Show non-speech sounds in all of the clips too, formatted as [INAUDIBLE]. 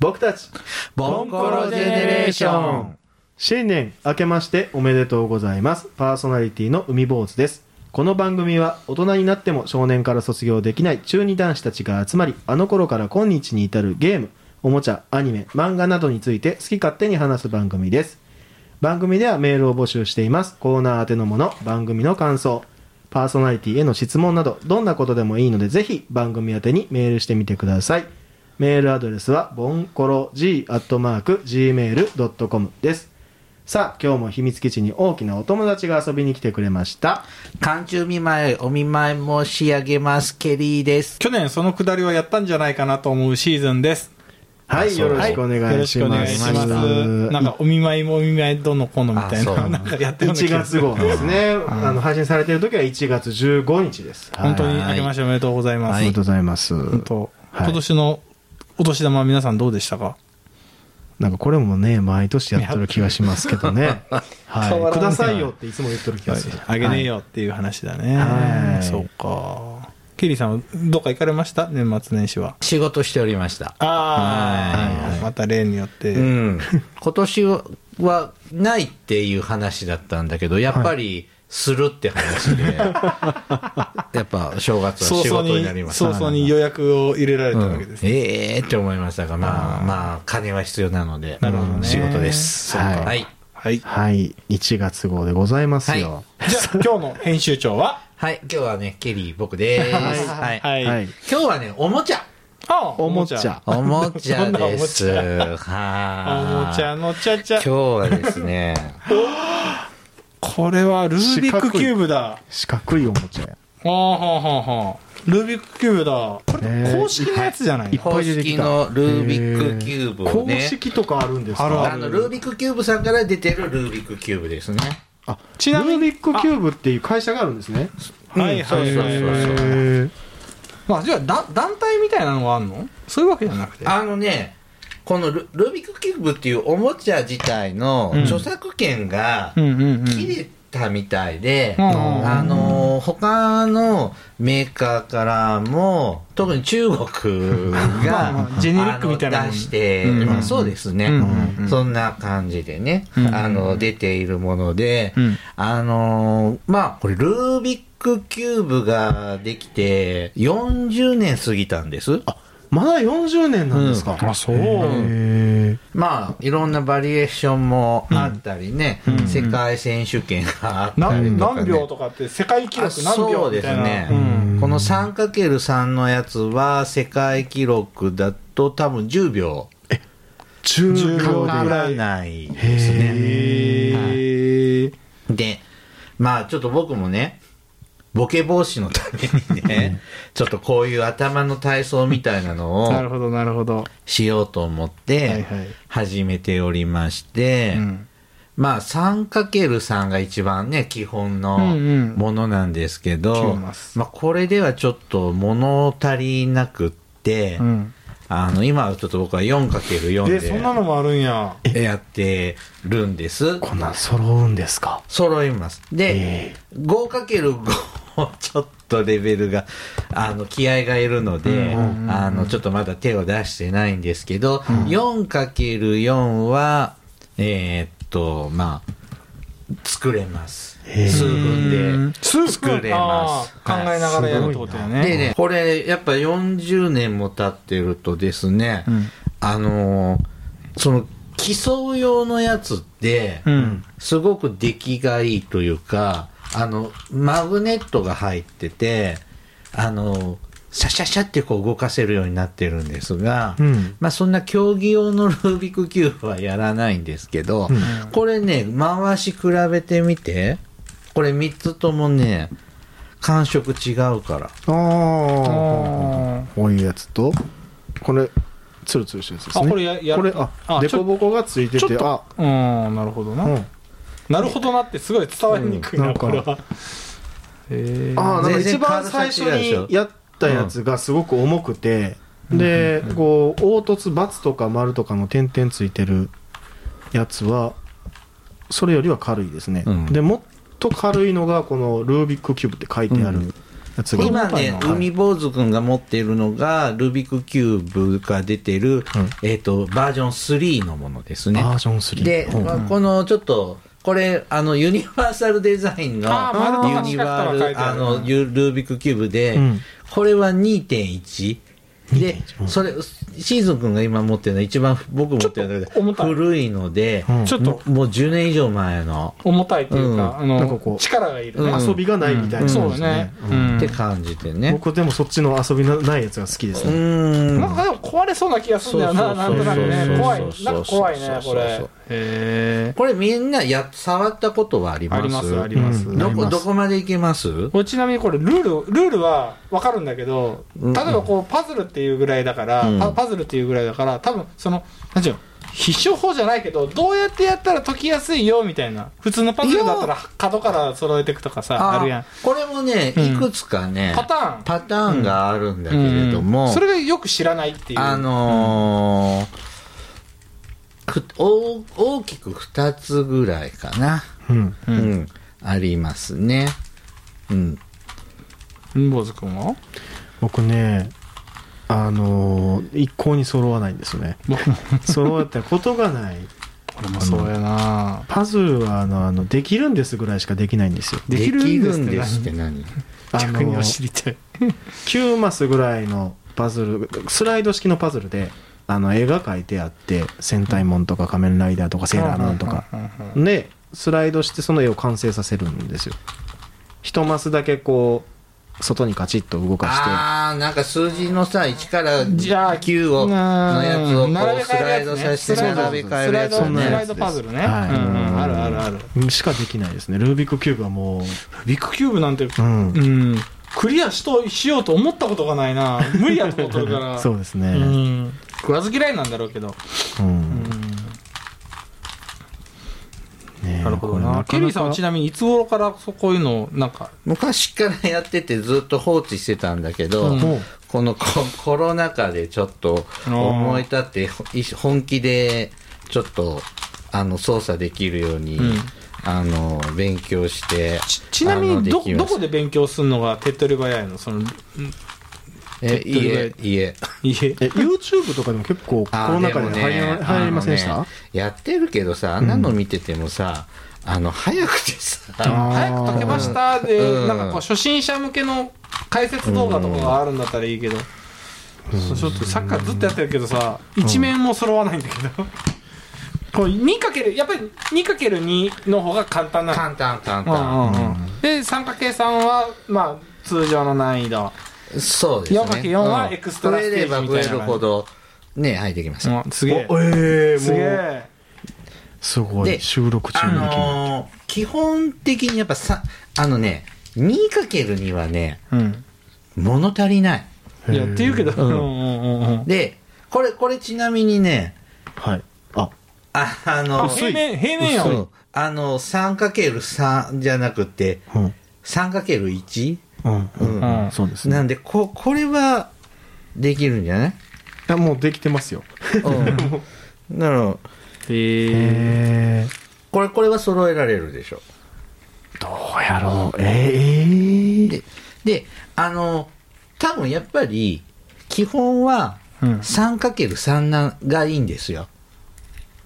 僕たちボンコロジェネレーション新年明けましておめでとうございますパーソナリティの海坊主ですこの番組は大人になっても少年から卒業できない中二男子たちが集まりあの頃から今日に至るゲームおもちゃアニメ漫画などについて好き勝手に話す番組です番組ではメールを募集していますコーナー宛てのもの番組の感想パーソナリティへの質問などどんなことでもいいのでぜひ番組宛てにメールしてみてくださいメールアドレスはボンコロ G.gmail.com ですさあ今日も秘密基地に大きなお友達が遊びに来てくれました寒中見舞いお見舞い申し上げますケリーです去年そのくだりはやったんじゃないかなと思うシーズンです。はいよろしくおよ願ろいししくおま願いすします。なんかお見舞いもお見舞いどのこのみたいあそうな、なんかやってる1月号ですね、あの配信されてる時は1月15日です、本当はいにはいあけましておめでとうございます。ありがとうございます、本当はい今年のお年玉は皆さんどうでしたかなんかこれもね毎年やってる気がしますけどね、変わはい、らんねくださいよっていつも言ってる気がするあげねえよっていう話だね。はいそうか。ケリーさんはどっか行かれました年末年始は。仕事しておりましたあはいーまた例によって。うん、今年はないっていう話だったんだけどやっぱりするって話 [LAUGHS] で、やっぱ正月は早仕々事になりまに、した早々に予約を入れられたわけですね。ええー、って思いましたがまあまあ金は必要なのでなるほどね仕事ですそうかはい、はいはい。はい1月号でございますよ、じゃあ、今日の編集長ははい今日はねケリー僕です、はいはい。はい今日はねおもちゃあおもちゃ。おもちゃですどんはいおもちゃのちゃち今日。ゃはですねこれはルービックキューブだ。四角いおもちゃやほうほうほうほう。ルービックキューブだ。こねれえ公式のやつじゃない [LAUGHS] の公式のルービックキューブをね公式とかあるんですかあるあのルービックキューブさんから出てるルービックキューブですね。あちなみにルービックキューブっていう会社があるんですねはいはいはいそうそうそうそうはい。へーまあ、じゃあ、だ団体みたいなのがあるのそういうわけじゃなくて。あのね、このルルービックキューブっていうおもちゃ自体のうん著作権がうんうんうん。切れたみたいで、うんあのー他のメーカーからも特に中国まあがまあジェネリックみたいなあもんの出して、うんまあそうですね、うんうんそんな感じでね、うんあの出ているもので、うんあのーまあこれルービックキューブができて40年過ぎたんです。まだ40年なんですか、あ、そう。へーまあ、いろんなバリエーションもあったりね、ん世界選手権があったり何とか、ね。何秒とかって世界記録何あそ秒うでみすたいな。ね、うんこの 3×3 のやつは世界記録だと多分10秒10 10秒秒かでからないですね。へーはいで、まあちょっと僕もね、ボケ防止のためにね、ちょっとこういう頭の体操みたいなのなるをほど、なるほど。しようと思っはいてはい始めておりまして、うんまあ 3×3 が一番ね基本のうんうんものなんですけど、違いますまあ、これではちょっと物足りなくって、うんあの今はちょっと僕は 4×4 え、そんなでのもあるんや。えやってるんですこんなん揃うんですか揃いますでえ 5×5 をちょっとレベルがあの気合がいるので、あのちょっとまだ手を出してないんですけど、4×4 はえーっとまあ作れますへえ数分でスープ作れますあー考えながらやるってことやね。でね、これやっぱ40年も経ってるとですね、うんあのーその競う用のやつって、うん。すごく出来がいいというか、あの、マグネットが入ってて、あの、シャシャシャってこう動かせるようになってるんですが、うんまあそんな競技用のルービックキューブはやらないんですけど、んこれね、回し比べてみて、これ3つともね、感触違うから。あああーこういうやつとこれツルツルしてるやつですねあこれややこれああデちょコボコがついてちょてっあと、うん、なるほどな。うんなるほどなってすごい伝わりにくいな、うんなんかこれは。へーあーなんか全然一番最初にやったやつがすごく重くて、でこう凹凸×とか丸とかの点々ついてるやつはそれよりは軽いですね、うんでもっと軽いのがこのルービックキューブって書いてある、うんやつが今ね、はい海坊主くんが持っているのが、ルービックキューブが出てる、えっ、と、バージョン3のものですね。バージョン3で、うんまあこのちょっと、これ、あの、ユニバーサルデザインの、あー丸とユかニ四角とかバ書いてあるール、あの、ユルービックキューブで、うんこれは2.1。で、それ、シーズン君が今持ってるのは一番僕持ってるのちょっと重がたい古いので、うんちょっともう10年以上前の、重たいといううか、んあなんかのこう力がいるね、うん遊びがないみたいな、そうだね、ううんんって感じでね。僕でもそっちの遊びのないやつが好きですうね、ーんなんかでも壊れそうな気がするんだよな、なそんうとそうそなうそうくね、怖い、そうなんか怖いね、そうこそうれ。そうへえ。これみんなや触ったことはありますあります、ありうんます。うんどこどこまでいけますこれちなみにこれルール、ルールは分かるんだけど、う例んえばこうパズルっていうぐらいだから、うんパパズルっていうぐらいだから、多分その、なんちゅうの、必勝法じゃないけど、どうやってやったら解きやすいよみたいな、普通のパズルだったら角から揃えていくとかさ、あるやん。これもね、うんいくつかね、パターン。パターンがあるんだけれども、うんそれがよく知らないっていう。あのーく大大きく2つぐらいかな、うんううんん。ありますね。うん、うん、坊主君は僕ねあのー一向に揃わないんです [LAUGHS] よね僕も。揃ったことがない俺もそうやなパズルはあのあのできるんですぐらいしかできないんですよできるんんでですすっってて何あの逆には知りたい。 9マスぐらいのパズルスライド式のパズルであの絵が描いてあって戦隊モンとか仮面ライダーとかセーラームーンとかうんうんうんうん。でスライドしてその絵を完成させるんですよ一マスだけこう外にカチッと動かしてああーなんか数字のさ1からじゃあ9をうんのやつをこ並べうス替えライるやつドねさせてスライド並べ替えるやつスライドそんなやつスライドパズルね。はいうんうんあるあるある。しかできないですねルービックキューブはもうビッグキューブなんて、うんうん、クリアしとしようと思ったことがないな。無理やと思ってるか [LAUGHS] ら。。そううですね、ん。食わず嫌いなんだろうけど。うんうん。ねえなるほどな。これなかなケかリーさんはちなみにいつ頃からそうこういうのを、なんか、昔からやっててずっと放置してたんだけど、うんもうこのコ [LAUGHS] コロナ禍でちょっと思い立ってほい本気でちょっとあの操作できるように、うんあの勉強してちちなみあのにでど、きまどしたこで勉強するのが手っ取り早いのその、え手っ取り家家家。え YouTube とかでも結構コあーロナ禍でも流行り流行りませんでしあたのねやってるけどさあんなの見ててもさ、あの早くてさ、あー早く解けましたで、うんなんかこう初心者向けの解説動画とかがあるんだったらいいけど、そうちょっとサッカーずっとやってるけどさ、一面も揃わないんだけど。こう 2× やっぱり 2×2 の方が簡単なの簡単簡うん単、うんうん、で 3×3 はまあ通常の難易度、そうですね 4×4 はエクストラステージみたいな増えれば増えるほどね入ってきました、うん、すげえおえーすげもうえすごいで収録中あにできる、のー基本的にやっぱさあのね 2×2 はねうん物足りないいやって言うけど、うんうんうんうんうんでこれこれちなみにねはいあああのあ平面平面やそんうあの 3×3 じゃなくてうん 3×1、うんううんんうんそうですなねんでここれはできるんじゃない、いやもうできてますようん、だからへええーこれこれは揃えられるでしょどうやろうえー、えでであの多分やっぱり基本は 3×3 ながいいんですよ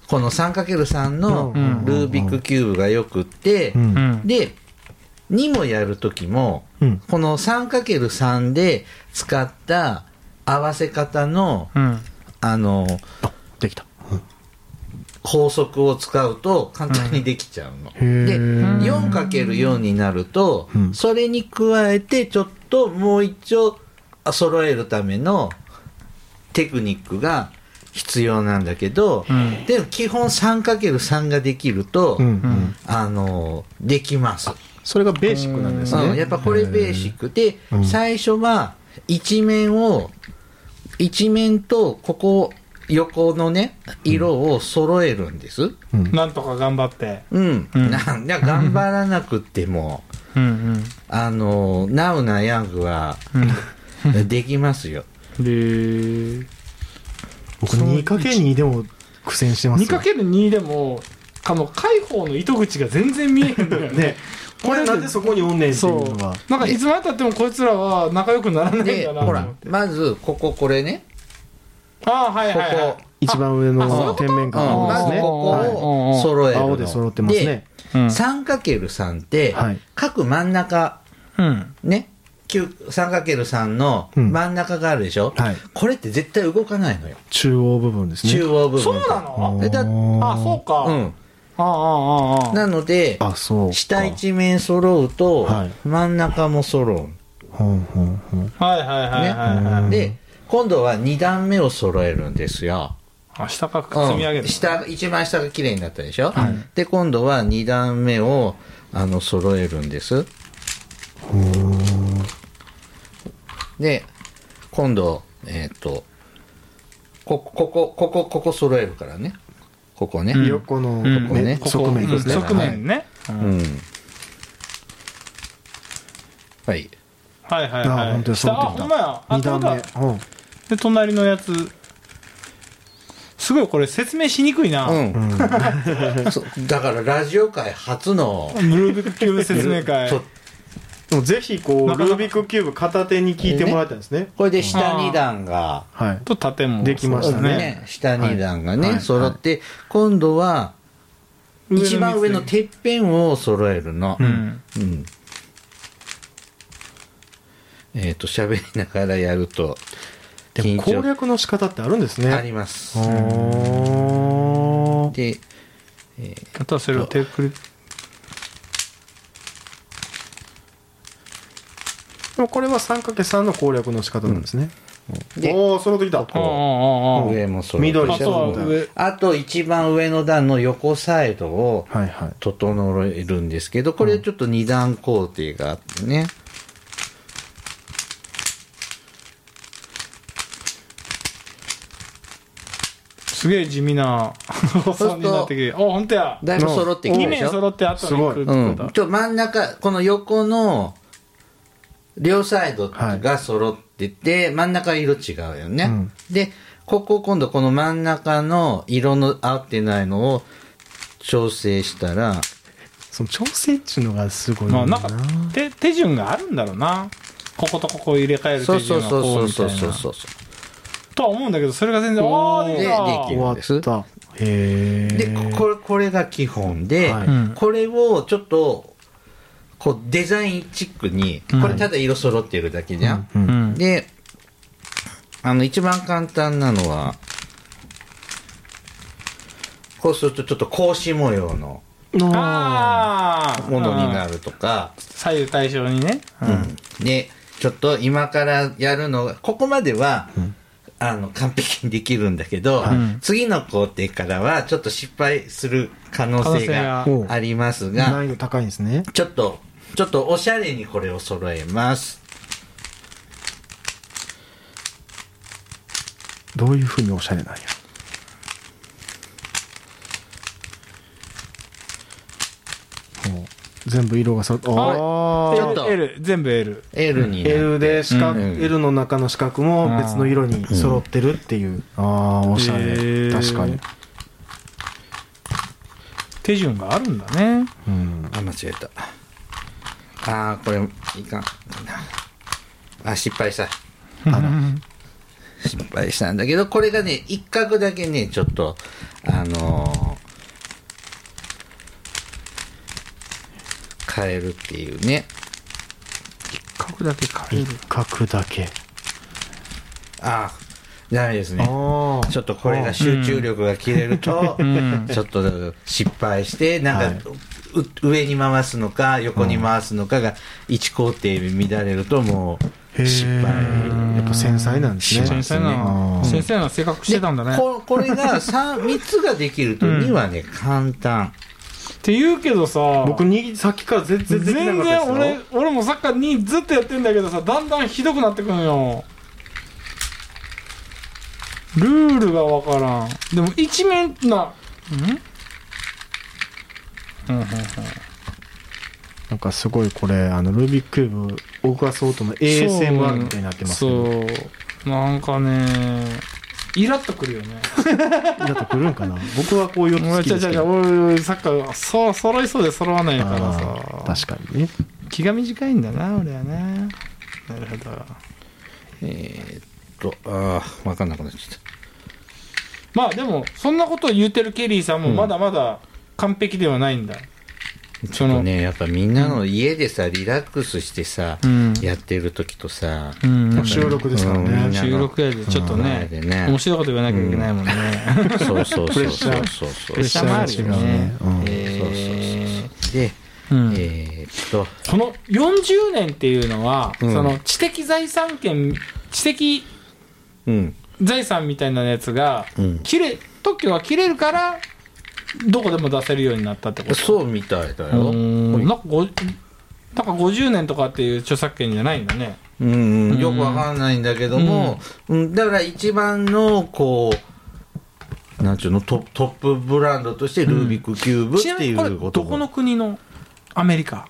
この 3×3 のうんルービックキューブがよくって、うんうんで2もやるときもうんこの 3×3 で使った合わせ方のうんあのあできた、うん法則を使うと簡単にできちゃうの。へでー 4×4 になると、うんそれに加えてちょっともう一応あ揃えるためのテクニックが必要なんだけど、うんでも基本 3×3 ができると、うんうん、あのできます、それがベーシックなんですね、うん、やっぱこれベーシックで、うん最初は一面を一面とここ横のね色を揃えるんです、うんなんとか頑張ってうん。うんなんだ、頑張らなくても、うんあの、ナウなヤングはうんできますよ。うんで僕 2×2 でも苦戦してますよ 2×2 でもあの解放の糸口が全然見えへんのよねねこれなんでそこにおんねんっていうそのうがなんかいつまでたってもこいつらは仲良くならないんでだなとほ思っらてまずこここれねああはいここ、はい、はい一番上あそういうのこと天面からうん青ですまずね、ここはを揃えい、るの青で揃ってますねうでん 3×3 って、はい各真ん中うんね 3×3 の真ん中があるでしょ、うんはいこれって絶対動かないのよ中央部分ですね中央部分そうなあのーえだあそうか、うあんあああああなのであそうか下一面揃うと、はい真ん中も揃うほんほんほんはいはいはいはいはい、で今度は2段目を揃えるんですよ、あ下から積み上げうんる、下一番下が綺麗になったでしょ、で今度は2段目をあの揃えるんですで今度えっ、とこここここここ揃えるからねここね、横のんここねね側面ですねここ側面ね、うんはいはいはいあはい本当だ下あそうだほんまやあ二段本目当だうんで隣のやつすごいこれ説明しにくいな、うん、そうだからラジオ界初のルービックキューブ説明会そうでもぜひこうなかなルかービックキューブ片手に聞いてもらいたいですねこれで下2段が、はいと縦もできましたねね下2段がね、はい揃って、今度は一番上の手てっぺんを揃えるの。うんうんえっ、と、喋りながらやると、でも攻緊張略の仕方ってあるんですあねります。おーで、あとはそれをテープででもこれは 3×3 の攻略の仕方なんですねでおお揃ってきたあああああ上も揃え緑ああとは上あと一番上の段の横サイドをはいはい整えるんですけど、これちょっと2段工程があってね。すげえ地味な [LAUGHS] 放送になってきてあ本当やだいぶ揃ってき2たでし面ょ揃ってあとに来るってうん、ことだちょ真ん中この横の両サイドが揃ってて、真ん中色違うよね、うんでここ今度この真ん中の色の合ってないのを調整したらその調整っていうのがすごいまあんなだんか手手順があるんだろうなこことここ入れ替えるそう手そう順がそうこそううそうみたいそなうそうとは思うんだけどそれが全然ああできたででき終わったへえでこれこれが基本で、はいうんこれをちょっとこうデザインチックにこれただ色揃ってるだけじゃんうんうんで、あの、一番簡単なのは、こうするとちょっと格子模様のああものになるるとか、左右対称にねうんで、ちょっと今からやるのが、ここまでは、あの、完璧にできるんだけど、ん次の工程からはちょっと失敗する可能性が可能性があります難が、易度高いんですねちょっと、ちょっとおしゃれにこれを揃えます。どういうふうにおしゃれなんやもう全部色がそろってれあちょっと L 全部 L L になって L で四角、うん L の中の四角も別の色に揃ってるっていう、ああおしゃれ、へー確かに、手順があるんだねうん、あ、間違えた。あー、これ、いかん。あ、失敗した。失敗したんだけど、これがね、一角だけね、ちょっと、あのー変えるっていうね。書くだけ書一角だけあー、ダメですね。あちょっとこれが集中力が切れると、ちょっと失敗して、なんか、う上に回すのか、横に回すのかが、一工程乱れると、もう、失敗。やっぱ繊細なんですねしま先す生うのん先生の性格してたんだねでここれが [LAUGHS] 三三つができると2はね、簡単。って言うけどさ僕にさっきから全然できなか全ったで然すよ俺俺もサッカーにずっとやってんだけどさだんだんひどくなってくのよルールがわからんでも一面なうんうんうんうんなんかすごいこれあのルービックキューブ動かそうとの ASMR みたいになってますけどそうなんかねイラっとくるよねだってくるんかな僕はこういうの好俺きちでゃすちゃけちゃど俺サッカーそう揃いそうで揃わないからあさ確かにね。気が短いんだな俺はななるほどえーっと、ああ、わかんなくなっちゃっまあでもそんなことを言うてるケリーさんもまだまだ完璧ではないんだ、た。ちそょっのとね、やっぱみんなの家でさ、リラックスしてさ、うんやってる時と [LAUGHS] さ、うんやっぱり収録ですからねうんみんなの収録やでちょっとね,、うん前でね面白いこと言わなきゃいけないもんね、 [LAUGHS] そうそうプそレッうシそャーうそうそうプレッシャーもあるよねプレッシャーが違うねうんえーそうそうそうそうで、うんえーっと、この40年っていうのは、うんその知的財産権知的うん。財産みたいなやつが、うん切れ特許が切れるからどこでも出せるようになったってことそうみたいだうよ。ーんなんかごなんか50年とかっていう著作権じゃないんだねうんううんん、よくわかんないんだけども、うん、だから一番の、こう、なんちゅうの、トトップブランドとしてルービックキューブっちなてみいにこれうどことがこの国のアメリカ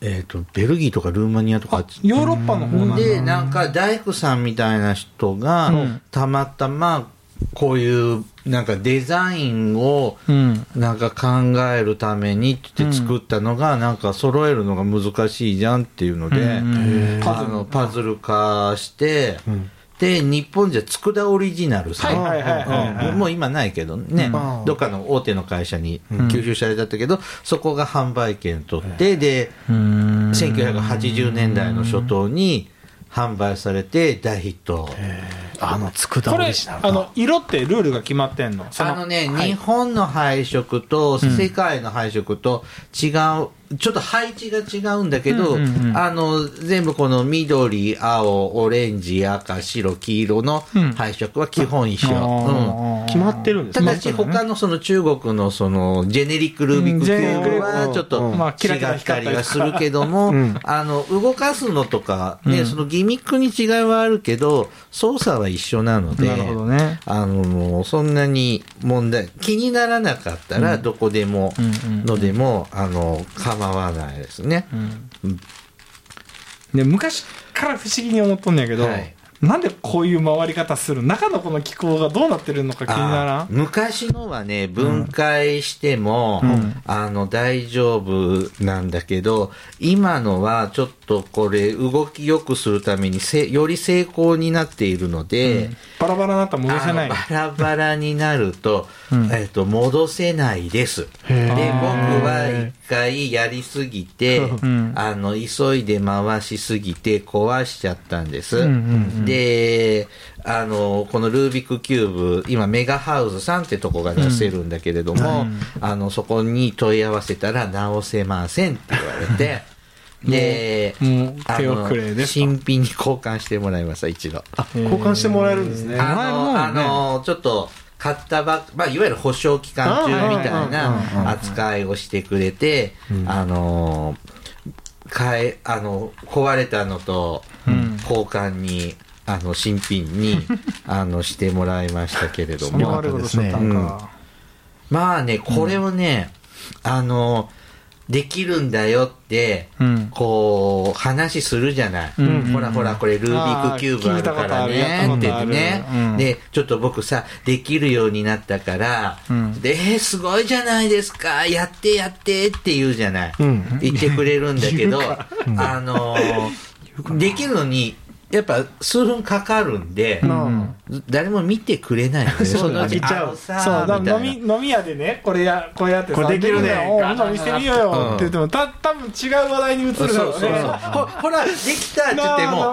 えっ、と、ベルギーとかルーマニアとかああっち。ヨーロッパの方なんだで、なんか大工さんみたいな人が、うんたまたま、こういう、なんかデザインを、うんなんか考えるためにって作ったのが、なんか揃えるのが難しいじゃんっていうので、うんあのパズル化して、んで日本じゃ佃オリジナルさ、はいはいはいはいはいうんもう今ないけどね、うんどっかの大手の会社に吸収されちゃったけど、そこが販売権取ってでうん1980年代の初頭に販売されて大ヒット。あの、つくだこオれリジナルあだの色ってルールが決まってんのそあのね、日本の配色と世界の配色と違う、ちょっと配置が違うんだけど、うんうんうんあの、全部この緑、青、オレンジ、赤、白、黄色のうん配色は基本一緒。うん決まってるんですたね。だし、他のその中国のそのジェネリックルービックキューブうんはちょっとうんまあキラ違キラう光っ光たりとかがするけど [LAUGHS] もうん、あの、動かすのとか、うね、んそのギミックに違いはあるけど、操作は一緒なので、なるほどねあの、もうそんなに問題、気にならなかったら、どこでも、うんうんうんのでも、あの、構わないですね。うんで昔から不思議に思っとんねやけど、はいなんでこういう回り方する中のこの気候がどうなってるのか気にならあん昔のはね、分解しても、うんあの、大丈夫なんだけど、今のはちょっとこれ、動きよくするためにせ、より精巧になっているので、バラバラになったら戻せなあのいバラバラになると、うんえっと、戻せないです。で、僕へーは一回やりすぎて、んあの、急いで回しすぎて壊しちゃったんです。んうんうで、あの、このルービックキューブ、今、メガハウスさんってとこが出せるんだけれども、あの、そこに問い合わせたら直せませんって言われ [LAUGHS] て、で、もうあ手の遅れです新品に交換してもらいました、一度。交換してもらえるんですね。あ前のもんの、ねあのちょっと買ったばっまあ、いわゆる保証期間中みたいな扱いをしてくれて、あの買えあの壊れたのとうん交換に、あの新品に [LAUGHS] あのしてもらいましたけれどそんなも悪いことしとったんか、まあねこれをね、あのできるんだよって、うんこう話するじゃない、うんほらほらこれルービックキューブあるからねって言ってねあー聞いたことあるやったことあるうんでちょっと僕さできるようになったから、うんでえーすごいじゃないですかやってやってって言うじゃない、うん言ってくれるんだけどあのーできるのにやっぱ数分かかるんで、うん誰も見てくれない [LAUGHS] のでそうだのうち飽きちゃうあのさそうだみかたいらな飲み飲み屋でねこれやこうやってさこれできるねお今見せてみようようんって言ってもた多分違う話題に移るそうだそうろうそうねほほらできたって言ってもなああなあ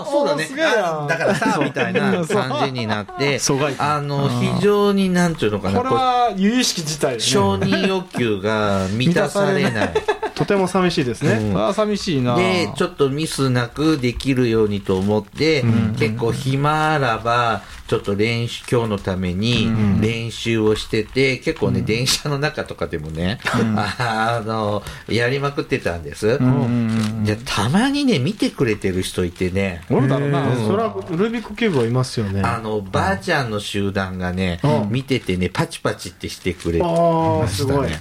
あそうだおねすげえやんあだからさみたいな感じになって疎外感あの非常になんていうのかなこれこは由々しき事う態ですね承認欲求が満たされないとても寂しいですね。うんああ寂しいなでちょっとミスなくできるようにと思って、結構暇あらばちょっと練習今日のために練習をしてて、結構ね、電車の中とかでもね、 [LAUGHS] あのやりまくってたんです、んじゃたまにね見てくれてる人いてね、おるだろうな、えーそれはルービックキューブはいますよね。あの、ばあちゃんの集団がね、見ててね、パチパチってしてくれてああ、ましすたごい。ね。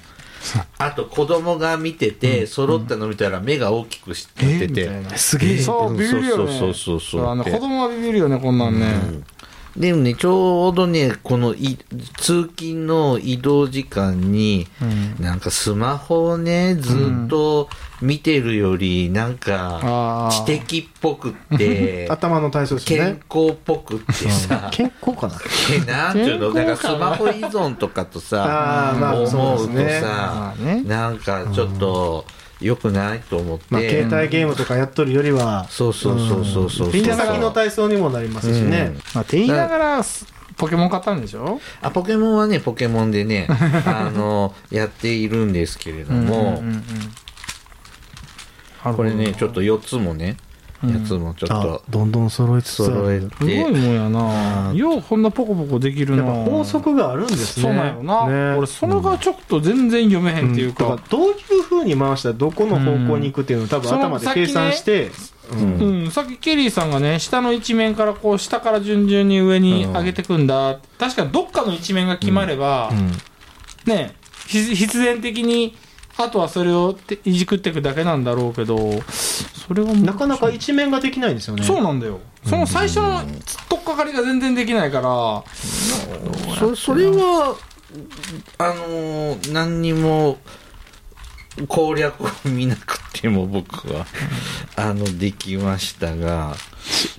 あと、子供が見てて、揃ったの見たら目が大きくしてて、えーみたいなすげえ。そうう、んビビるよね。そうそうそうそうそうあの子供はビビるよね、こんなんね。でもね、ちょうどね、このい通勤の移動時間に、なんかスマホをね、ずっと見てるより、なんかあ、ー知的っぽくって、頭の体操ですよね健康っぽくってさ、健康かなえ、なんていうの健なんか康ス感マホ依存とかとあさー、まあ思そううとですねさま、あねなんかちょっと良くないと思って。まあ、携帯ゲームとかやっとるよりは、そうそうそうそうそうそう。ピン先の体操にもなりますしね、まあ、手言いながら、すポケモン買ったんでしょあポケモンはね、ポケモンでね、あの、やっているんですけれども、うんうんうんこれね、ちょっと4つもね、4つもちょっあとどんどん揃いつつあ揃えるすごいもて、んやなようこんなポコポコできるやっなぱ法則があるんですねそうなんやろな、ね俺それがちょっと全然読めへんっていうか,、うんだらどういうふうに回したらどこの方向に行くっていうのを多分その頭で計算して、うんうん、さっきケリーさんがね下の一面からこう下から順々に上に上げてくんだ、確かどっかの一面が決まれば、ね必必然的にあとはそれをていじくっていくだけなんだろうけどそれはなかなか一面ができないんですよねそうなんだよその最初の取っかかりが全然できないからそそれは、あのー何にも攻略を見なくても僕は、あの、できましたが、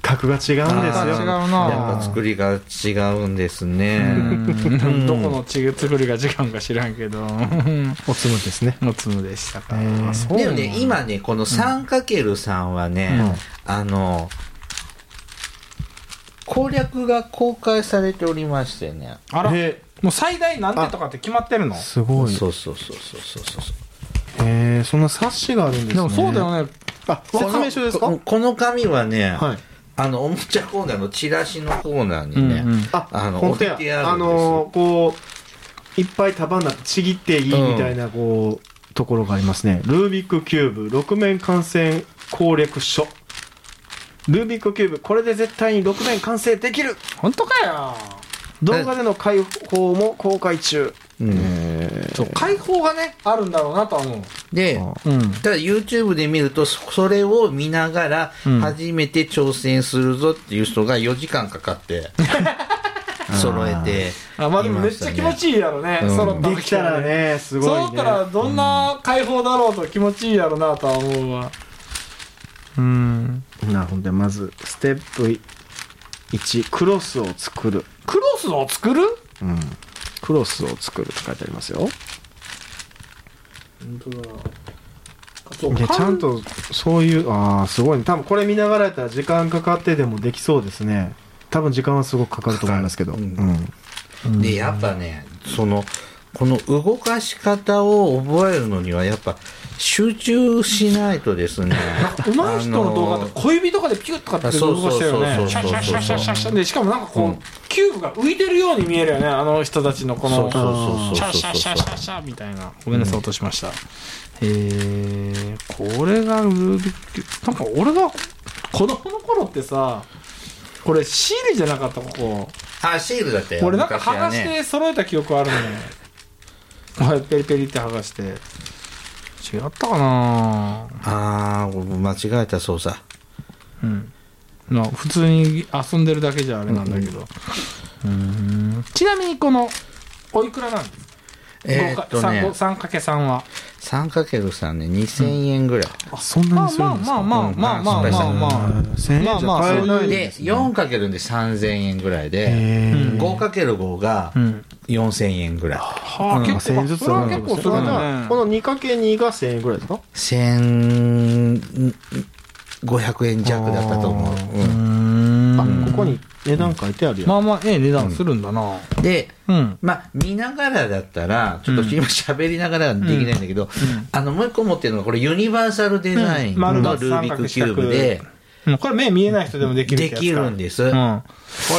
格が違うんですあーよ違うなやっぱ作りが違うんですうね。んどこのちげ作りが時間か知らんけど [LAUGHS] おつむですねのつむでしたかへーらそうでなもんだね、今ね、この 3×3 はね、あの、攻略が公開されておりましてね。あらもへう最大何点とかって決まってるのーすごいへそうそうそうそうそうそう。えそんな冊子があるんですねでもそうだよねあ説明書ですかこのこの紙はね、はいあの、おもちゃコーナーのチラシのコーナーにね、うんうんああの本当や置いてあるんですよあのこういっぱい束になってちぎっていいみたいなこう、ところがありますねルービックキューブ6面完成攻略書ルービックキューブこれで絶対に6面完成できる本当かよ動画での解放も公開中うんえーそう解放がねあるんだろうなとは思で、あううんただ YouTube で見ると、そそれを見ながらうん、初めて挑戦するぞっていう人が4時間かか [LAUGHS] って、揃えて、あまあでもめっちゃ気持ちいいやろねうん揃ったできたらねすごい揃ねったらどんな解放だろうと気持ちいいやろなとは思うわうんなるほどまずステップ1クロスを作る、クロスを作るうん、クロスを作るって書いてありますよ本当だいやちゃんとそういうああすごいね多分これ見ながらやったら時間かかってでもできそうですね多分時間はすごくかかると思いますけど、うかんかるで、やっぱね、その、この動かし方を覚えるのには、やっぱ集中しないとですね。上手い人の動画って小指とかでピュッとかって動かしてるよあそうねシそうャそシうそうャシャシャシャシャでしかもなんかこう、うんキューブが浮いてるように見えるよねあの人たちのこそのうそうそうシそャうシそャシャうシャシャみたいなごめんなさい落としました、へえこれがルービックなんか俺が子供の頃ってさこれシールじゃなかったここあ、シールだって。俺なんか剥昔はがしねて揃えた記憶あるねはいペリペリって剥がして違ったかなあー、間違えた操作。うん、まあ普通に遊んでるだけじゃあれなんだけど、うんちなみにこのおいくらなんですえーっとか、ね、 3×3 は 3×3 ね、2000円ぐらい。あそんなにまあするまんであすかまあまあまあまあまあまあ、 1000円じゃ買えないんで、ですね 4× で3000円ぐらいで、へーうん 5×5 がうん4000円ぐらい。はあ、うん結1000構円ずつそれは結構するね、だからこの 2×2 が1000円ぐらいですか1500円弱だったと思あう。ーううんんあここに値段書いてあるよ、まあまあええ値段するんだなで、うん、まあ、見ながらだったら、ちょっと今喋りながらはできないんだけど、あの、もう一個持ってるのが、これユニバーサルデザインのうルん丸ービックキューブで、うんこれ目見えない人でもできるでってやつかきるんです。うん、こあ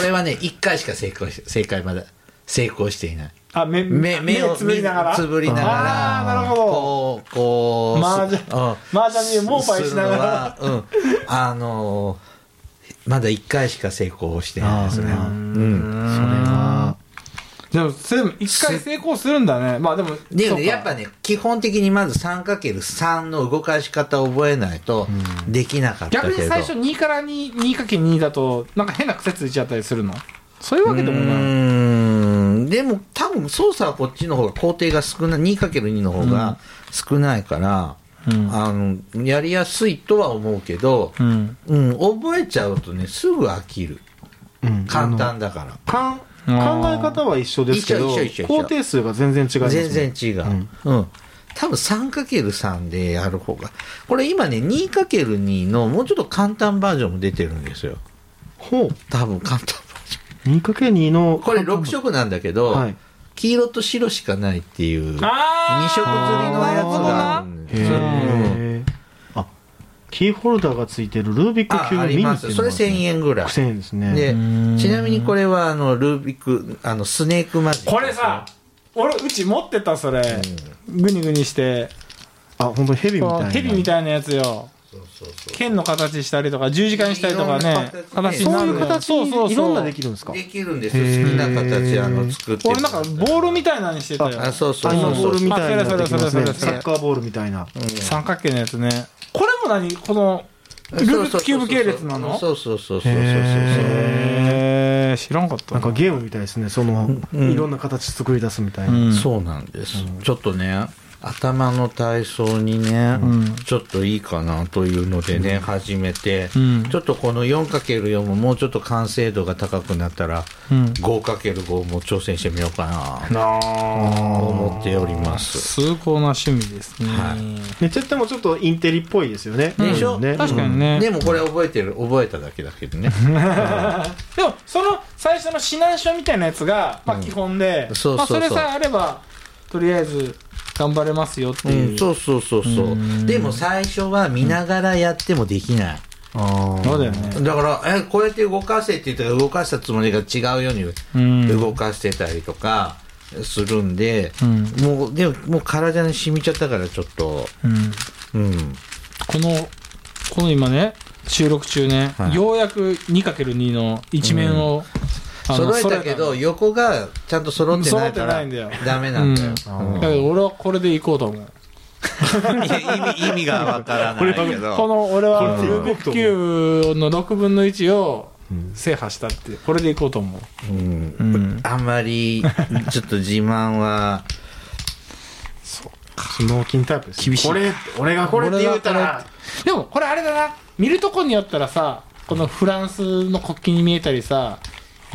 れはね、一回しか成功し、正解まだ、成功していない。目目、目目をつぶりながらつぶりながら。あーなるほどこう、こう、麻雀うん麻雀に盲牌しながらするのはうん。あのー、まだ一回しか成功してないですね。あーうん。それはでもそれでも一回成功するんだねまあでもでそうもかね、やっぱね、基本的にまず 3×3 の動かし方を覚えないとできなかったけ逆ど。に最初2から2、2かけ2だと、なんか変な癖ついちゃったりするのそういうわけでもうない。ーんでも多分操作はこっちの方が工程が少ない 2×2 の方が少ないから、うんあのやりやすいとは思うけど、うん。うん、覚えちゃうとねすぐ飽きるうん簡単だから。かん考え方は一緒ですけど一緒一緒一緒一緒工程数が全然違いますね全然違う。うん。多分 3×3 でやる方が。これ今ね、2×2 のもうちょっと簡単バージョンも出てるんですよ。ほう多分簡単バージ 2×2 のョン。これ6色なんだけど、はい黄色と白しかないっていう、2色釣りのあやつがあるんへですよ。うんえあキーホルダーがついてるルービックあ、キューあブミりニまってす。いうそのがれあるんですね1000円ぐらい。 1000円ですねで、んちなみにこれは、あの、ルービック、あの、スネークマジック。これさ、俺、うち持ってた、それ。ぐにぐにして。あ本当ヘビみたいなヘビみたいなやつよ。剣の形したりとか、十字架にしたりとかね。いろんな形そねになういう形るのよそうそうそういろんなできるんですかできるんですよ。好きな形、あの、作って。俺なんか、ボールみたいなのにしてたよ。あ、そうそうあそう今そボう。ールみたいなのできますねあそれそれそれそサれッカーボールみたいな三角形のやつね。これも何この、ルービックキューブ系列なのそうそうそうそうそうそうそうへー、知らんかったなんな。かゲームみたいですねそのうんいろんな形作り出すみたいなうんそうなんです、ちょっとね頭の体操にね、んちょっといいかなというのでね、始めて、うんちょっとこの 4×4 ももうちょっと完成度が高くなったら、うん。 5×5 も挑戦してみようかななとあ思っております、崇高な趣味ですね。はめっちゃでもちょっとインテリっぽいですよねでしょね確かにね。でもこれ覚えてる覚えただけだけどねでもその最初の指南書みたいなやつが、まあ、基本で、うんそうまそあうそそうれさえあればとりあえず頑張れますよってういん、う、そうそうそうそうでも最初は見ながらやってもできない、あーそうだよねだから、え、こうやって動かせって言ったら動かしたつもりが違うよううんに動かしてたりとかするんで、んもう、でも、もう体に染みちゃったからちょっと、うんうん。このこの今ね収録中ね、はいようやく 2×2 の一面を、あの揃えたけど、揃え横がちゃんと揃ってないか揃ってならいんだよ、ダメなんだよ。あ [LAUGHS] たーだけど俺はこれでいこうと思ういや意味、意味がわからないけこど。の俺はこれルでいこうと思ーうビックキューブの6分の1を制覇したってこれでいこうと思うう、んうん、あんまり、ちょっと自慢は、スノーキンタイプです厳しいこれ俺がこれって言うた俺がらこでもこれあれだな見るとこによったらさこのフランスの国旗に見えたりさ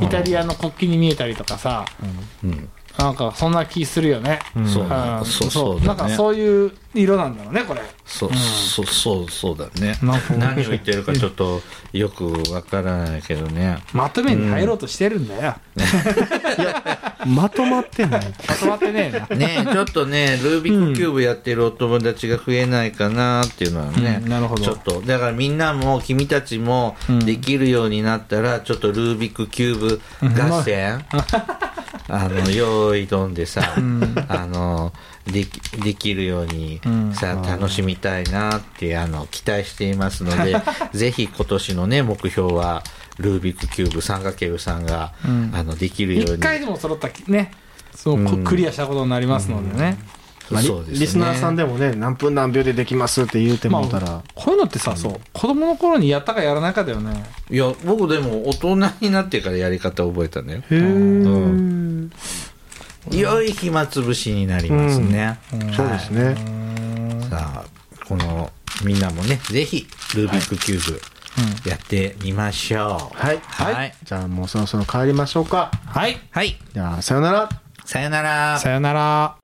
イタリアの国旗に見えたりとかさ、うん。なんかそんな気するよね、んそううんそうそうだねなんかそういう色なんだろうねこれそう、そう、そう、そうだね。なんか何を言ってるかちょっとよくわからないけどね。まとめに入ろうとしてるんだよ、まとまって [LAUGHS] ないまとまってねえなねちょっとね、ルービックキューブやってるお友達が増えないかなっていうのはね、うんなるほどちょっと、だからみんなも、君たちもんできるようになったら、ちょっとルービックキューブ合戦、あの、用意どんでさ、あの、できできるようにんさ、楽しみたいなってあの期待していますのでぜひ今年のね目標はルービックキューブ 3×3 が、あのできるように一回でも揃ったきねそのこうんクリアしたことになりますのでね、まあリそうですねリスナーさんでもね何分何秒でできますって言うてもうたらこういうのってさ、そう子供の頃にやったかやらないかだよねいや、僕でも大人になってからやり方覚えたんだよ。へうんー良い暇つぶしになりますね。そうですねさあ、この、みんなもね、ぜひ、ルービックキューブ、やってみましょう。はいははいいじゃあもうそろそろ帰りましょうかはいはい、じゃあさよならさよなら。さよなら